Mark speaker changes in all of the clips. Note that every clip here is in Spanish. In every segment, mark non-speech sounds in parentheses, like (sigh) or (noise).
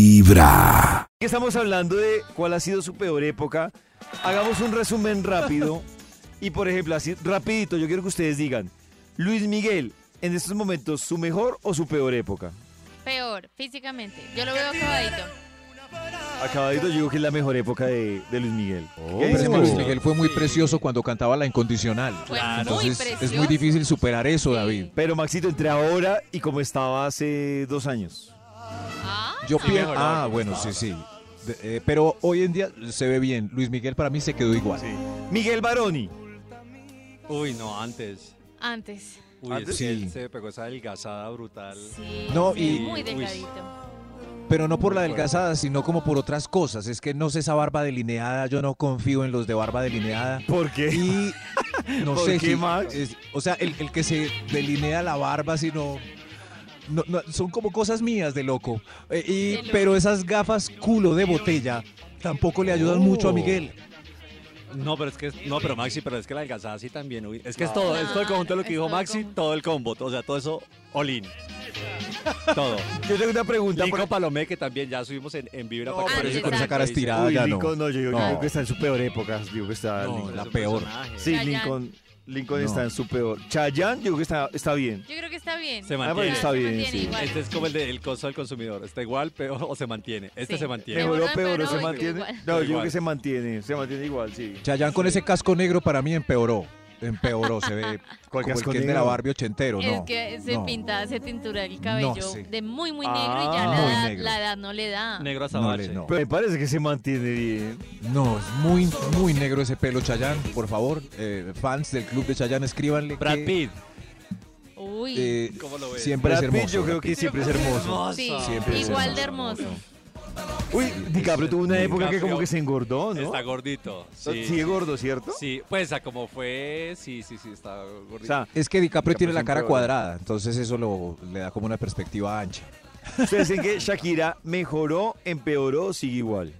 Speaker 1: Vibra.
Speaker 2: Estamos hablando de cuál ha sido su peor época. Hagamos un
Speaker 3: (laughs)
Speaker 2: resumen rápido. Y por ejemplo, así rapidito, yo quiero que ustedes digan, Luis Miguel, en estos momentos, ¿su mejor o su peor época?
Speaker 4: Peor, físicamente. Yo lo veo acabadito.
Speaker 2: Acabadito, yo digo que es la mejor época de, de Luis Miguel. ¿Qué
Speaker 3: Pero es
Speaker 2: dicen
Speaker 3: Oh, que Luis
Speaker 2: ustedes?
Speaker 3: Miguel fue muy precioso cuando cantaba La Incondicional.
Speaker 4: Fue muy
Speaker 3: Entonces
Speaker 4: Ah, precioso.
Speaker 3: es muy difícil superar eso, David.
Speaker 2: Pero Maxito, entre ahora y como estaba hace dos años.
Speaker 4: Ah,
Speaker 3: Yo pienso. Ah, bueno, sí, sí. De- eh, pero hoy en día se ve bien. Luis Miguel para mí se quedó igual.
Speaker 2: Miguel Baroni.
Speaker 5: Uy, no, antes.
Speaker 4: antes.
Speaker 5: Uy,
Speaker 2: ¿Antes?
Speaker 5: es que
Speaker 3: Sí.
Speaker 5: él se pegó esa delgazada brutal.
Speaker 4: Sí,
Speaker 3: No,
Speaker 4: sí,
Speaker 3: y-
Speaker 4: muy
Speaker 5: uy.
Speaker 4: delgadito.
Speaker 3: Pero no por la
Speaker 5: Muy fuerte.
Speaker 3: delgazada, sino como por otras cosas. Es que no sé esa barba delineada, yo no confío en los de barba delineada.
Speaker 2: ¿Por qué?
Speaker 3: Y (laughs) no
Speaker 2: ¿Por
Speaker 3: sé
Speaker 2: qué,
Speaker 3: si-
Speaker 2: Max?
Speaker 3: es- o sea, el, el que se delinea la barba, sino no, no, son como cosas mías de loco. Eh, y-
Speaker 4: De loco.
Speaker 3: pero esas gafas culo de botella tampoco le
Speaker 2: Oh.
Speaker 3: ayudan mucho a Miguel.
Speaker 5: No, pero es que no, pero Maxi, pero es que la delgazada sí también. uy. Es que es
Speaker 2: No.
Speaker 5: todo, es todo el conjunto de lo que
Speaker 4: Es
Speaker 5: dijo
Speaker 4: todo el
Speaker 5: Maxi,
Speaker 4: conjunto.
Speaker 5: todo el combo, o sea, todo eso all in.
Speaker 3: (laughs)
Speaker 5: todo.
Speaker 2: Yo tengo una pregunta.
Speaker 5: Nico Palomé que también ya subimos en, en Vibra
Speaker 3: No,
Speaker 5: para
Speaker 3: pero
Speaker 5: que
Speaker 3: ese
Speaker 4: Antes,
Speaker 3: con esa cara
Speaker 5: antes.
Speaker 3: estirada
Speaker 2: Uy,
Speaker 3: ya
Speaker 2: Lincoln, no, yo digo
Speaker 3: No.
Speaker 2: yo creo que está en su peor época. Digo que está
Speaker 3: No,
Speaker 2: Lincoln.
Speaker 3: la
Speaker 5: Es un
Speaker 3: peor.
Speaker 5: personaje.
Speaker 2: Sí,
Speaker 4: Chayanne.
Speaker 2: Lincoln, Lincoln
Speaker 3: No.
Speaker 2: está en su peor. Chayanne, yo creo que está, está bien.
Speaker 4: Yo creo que está bien.
Speaker 5: Se
Speaker 2: Ah,
Speaker 5: mantiene.
Speaker 2: bueno, está
Speaker 4: Se
Speaker 2: bien,
Speaker 4: mantiene
Speaker 2: sí.
Speaker 4: igual.
Speaker 5: Este es como el del costo del consumidor. Está igual, peor o se mantiene. Este
Speaker 4: Sí.
Speaker 5: se mantiene.
Speaker 4: Mejor
Speaker 2: Mejor o
Speaker 4: o
Speaker 2: peor, ¿o se
Speaker 4: peor,
Speaker 2: mantiene.
Speaker 4: igual.
Speaker 2: No, yo creo
Speaker 5: Igual.
Speaker 2: que se mantiene, se mantiene igual, sí.
Speaker 3: Chayán con ese casco negro para mí empeoró. Empeoró,
Speaker 2: (laughs)
Speaker 3: se ve como el
Speaker 2: casco
Speaker 3: que es de la
Speaker 2: negro?
Speaker 3: Barbie ochentero,
Speaker 4: Es
Speaker 3: no.
Speaker 4: que se
Speaker 3: no.
Speaker 4: pinta, se tintura el cabello
Speaker 3: sí.
Speaker 4: de muy, muy
Speaker 2: Ah,
Speaker 4: negro y ya la
Speaker 3: muy
Speaker 4: edad,
Speaker 3: negro.
Speaker 4: la edad no le da.
Speaker 5: Negro
Speaker 3: No,
Speaker 5: azabache.
Speaker 3: le- no.
Speaker 2: Pero me parece que se mantiene bien.
Speaker 3: No, es muy, muy negro ese pelo, Chayán. Por favor, eh, fans del club de Chayán, escríbanle.
Speaker 5: Brad
Speaker 3: que,
Speaker 5: Pitt.
Speaker 4: Uy,
Speaker 3: eh,
Speaker 5: ¿Cómo lo ves?
Speaker 3: siempre
Speaker 2: Brad
Speaker 3: es
Speaker 2: Pitt,
Speaker 3: hermoso.
Speaker 2: yo creo
Speaker 3: Brad
Speaker 2: que
Speaker 3: Pitt.
Speaker 2: siempre es hermoso.
Speaker 4: sí,
Speaker 3: siempre es
Speaker 4: igual de hermoso.
Speaker 2: Uy, DiCaprio tuvo una época que como
Speaker 5: DiCaprio
Speaker 2: que se engordó, ¿no?
Speaker 5: Está gordito. Sí,
Speaker 2: Sigue gordo, ¿cierto?
Speaker 5: Sí, pues a como fue, sí, sí, sí, está gordito.
Speaker 2: O sea,
Speaker 3: Es que DiCaprio tiene la cara
Speaker 2: siempre-
Speaker 3: cuadrada, entonces eso lo, le da como una perspectiva ancha.
Speaker 2: ustedes dicen que Shakira mejoró, empeoró, sigue igual.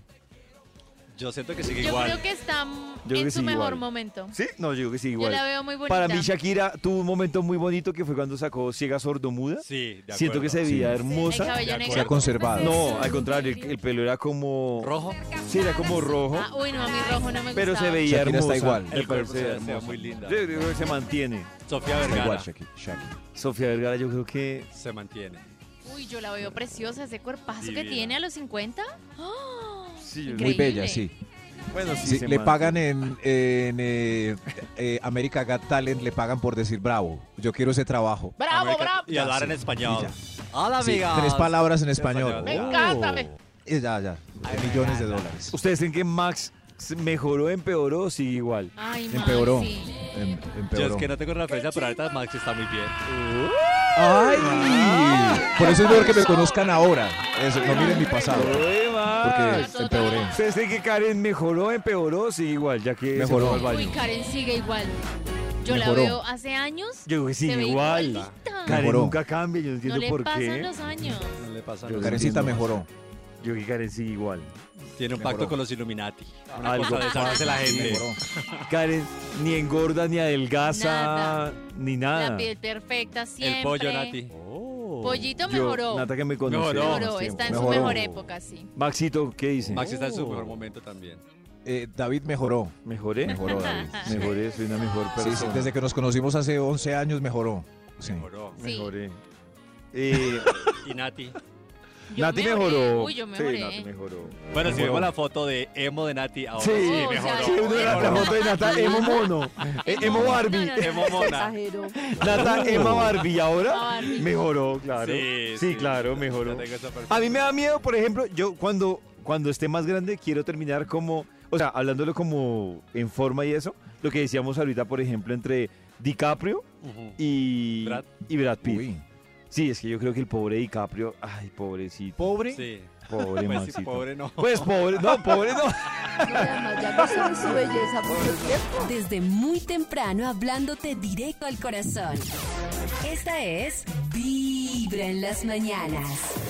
Speaker 5: yo siento que sigue
Speaker 4: Yo
Speaker 5: igual.
Speaker 4: creo que está mm,
Speaker 2: Yo creo
Speaker 4: en
Speaker 2: que
Speaker 4: su
Speaker 2: sí,
Speaker 4: mejor
Speaker 2: igual.
Speaker 4: momento.
Speaker 2: ¿Sí? No, yo digo que sigue
Speaker 4: Yo
Speaker 2: igual.
Speaker 4: la veo muy bonita.
Speaker 2: Para mí Shakira tuvo un momento muy bonito que fue cuando sacó Ciega Sordomuda.
Speaker 5: Sí, de
Speaker 2: Siento que se
Speaker 5: acuerdo.
Speaker 2: veía
Speaker 3: Sí.
Speaker 4: El
Speaker 2: hermosa.
Speaker 4: cabello
Speaker 5: de
Speaker 4: negro.
Speaker 3: Se ha conservado.
Speaker 2: No, al contrario, el, el pelo era como...
Speaker 5: rojo.
Speaker 2: Sí, era como rojo.
Speaker 4: Ah, uy, no, a mí rojo no me
Speaker 2: Pero
Speaker 4: gustaba.
Speaker 2: se veía
Speaker 3: Shakira
Speaker 2: hermosa.
Speaker 3: está igual.
Speaker 2: Me
Speaker 5: El
Speaker 2: parece
Speaker 5: cuerpo se ve
Speaker 2: hermosa.
Speaker 5: muy linda.
Speaker 2: Yo creo que se mantiene.
Speaker 5: Sofía
Speaker 3: Está igual,
Speaker 5: Vergara
Speaker 3: Shaki- Shaki.
Speaker 2: Sofía Vergara, yo creo que
Speaker 5: se mantiene.
Speaker 4: Uy, yo la veo preciosa, ese cuerpazo que
Speaker 5: Divina.
Speaker 4: tiene a los 50. ¡Ah!
Speaker 2: Sí,
Speaker 3: Muy
Speaker 4: Increíble.
Speaker 3: bella, sí.
Speaker 2: bueno, sí,
Speaker 3: Sí,
Speaker 2: se
Speaker 3: le
Speaker 2: mantiene.
Speaker 3: pagan en, en eh, eh, America Got Talent, le pagan por decir bravo. Yo quiero ese trabajo.
Speaker 6: ¡Bravo,
Speaker 5: América-
Speaker 6: bravo!
Speaker 5: Y hablar en español. Hola,
Speaker 3: Sí,
Speaker 5: amigas.
Speaker 3: tres palabras en español.
Speaker 5: Me
Speaker 2: Oh.
Speaker 6: encanta, me-
Speaker 3: Eh, Ya, ya. Millones de dólares.
Speaker 2: ¿Ustedes creen que Max se mejoró, empeoró o sigue igual?
Speaker 4: Ay, Max,
Speaker 3: Empeoró.
Speaker 4: sí.
Speaker 3: Em-
Speaker 5: Yo
Speaker 3: empeoró.
Speaker 5: es que no tengo referencia, pero ahorita Max está muy bien.
Speaker 3: ¡Ay! Por eso es mejor que me conozcan ahora. Eso, no miren mi pasado.
Speaker 2: ¡Ué, Max!
Speaker 3: Porque empeoré.
Speaker 2: ¿Ustedes creen que Karen mejoró, empeoró o sigue igual? Ya que se
Speaker 3: Mejoró.
Speaker 2: fue al baño.
Speaker 4: Uy, Karen sigue igual. Yo
Speaker 3: Mejoró.
Speaker 4: la veo hace años.
Speaker 2: Yo creo que
Speaker 4: se
Speaker 2: sigue
Speaker 4: ve
Speaker 2: igual.
Speaker 4: igualita.
Speaker 2: Karen
Speaker 3: Mejoró.
Speaker 2: nunca cambia, yo no entiendo
Speaker 4: no le
Speaker 2: por
Speaker 4: pasan
Speaker 2: qué.
Speaker 4: los años.
Speaker 5: No le pasa
Speaker 2: Yo
Speaker 5: nada.
Speaker 3: Karencita
Speaker 2: entiendo.
Speaker 3: mejoró.
Speaker 2: Yo creo que Karen sigue igual.
Speaker 5: Tiene un
Speaker 3: Mejoró.
Speaker 5: pacto con los Illuminati. Una
Speaker 2: Algo
Speaker 5: cosa de esa hace la gente.
Speaker 3: Mejoró.
Speaker 2: Karen ni engorda, ni adelgaza,
Speaker 4: Nada.
Speaker 2: ni nada.
Speaker 4: La piel perfecta siempre.
Speaker 5: El pollo, Nati.
Speaker 2: Oh.
Speaker 4: Pollito
Speaker 2: Yo-
Speaker 4: mejoró.
Speaker 2: Nata que me conoce.
Speaker 5: Mejoró.
Speaker 2: más
Speaker 4: Mejoró,
Speaker 2: tiempo.
Speaker 4: está en
Speaker 3: Mejoró.
Speaker 4: su mejor época, sí.
Speaker 2: Maxito, ¿qué dice?
Speaker 5: Max está en su mejor momento también.
Speaker 3: Eh, David mejoró.
Speaker 2: ¿Mejoré?
Speaker 3: Mejoró,
Speaker 4: (laughs)
Speaker 3: David.
Speaker 2: Mejoré, soy una mejor
Speaker 3: Sí,
Speaker 2: persona.
Speaker 3: sí, desde que nos conocimos hace 11 años mejoró. Sí.
Speaker 5: Mejoró.
Speaker 4: Sí.
Speaker 2: Mejoré. Eh,
Speaker 5: Y Nati.
Speaker 4: (laughs) Yo
Speaker 2: Nati
Speaker 4: mejoré.
Speaker 2: mejoró.
Speaker 4: Uy, yo
Speaker 2: Sí,
Speaker 4: mejoré.
Speaker 2: Nati mejoró.
Speaker 5: Bueno, si
Speaker 2: Mejoró.
Speaker 5: vemos la foto de Emo de Nati ahora.
Speaker 2: Sí,
Speaker 4: Oh,
Speaker 5: mejoró.
Speaker 4: sí,
Speaker 2: Sí, uno de la la
Speaker 5: Mejoró.
Speaker 2: foto de Nata, emo mono. Eh, emo Barbie.
Speaker 5: Emo Mona.
Speaker 2: Nata, Emma Barbie. ¿Y
Speaker 4: Ah,
Speaker 2: ahora?
Speaker 4: Barbie.
Speaker 2: Mejoró, claro.
Speaker 5: Sí,
Speaker 2: Sí, claro,
Speaker 5: ya
Speaker 2: mejoró.
Speaker 5: tengo esa parte.
Speaker 2: A mí me da miedo, por ejemplo, yo cuando, cuando esté más grande quiero terminar como, o sea, hablándolo como en forma y eso, lo que decíamos ahorita, por ejemplo, entre DiCaprio
Speaker 5: Ujú.
Speaker 2: y
Speaker 5: Brad.
Speaker 2: y Brad Pitt.
Speaker 3: Uy.
Speaker 2: Sí, es que yo creo que el pobre DiCaprio, ay, pobrecito,
Speaker 3: Pobre.
Speaker 5: Sí.
Speaker 2: pobre
Speaker 5: (laughs) Pues sí,
Speaker 2: Maxito.
Speaker 5: pobre no.
Speaker 2: Pues pobre, no, pobre no.
Speaker 7: Desde muy temprano hablándote directo al corazón. Esta es Vibra en las mañanas.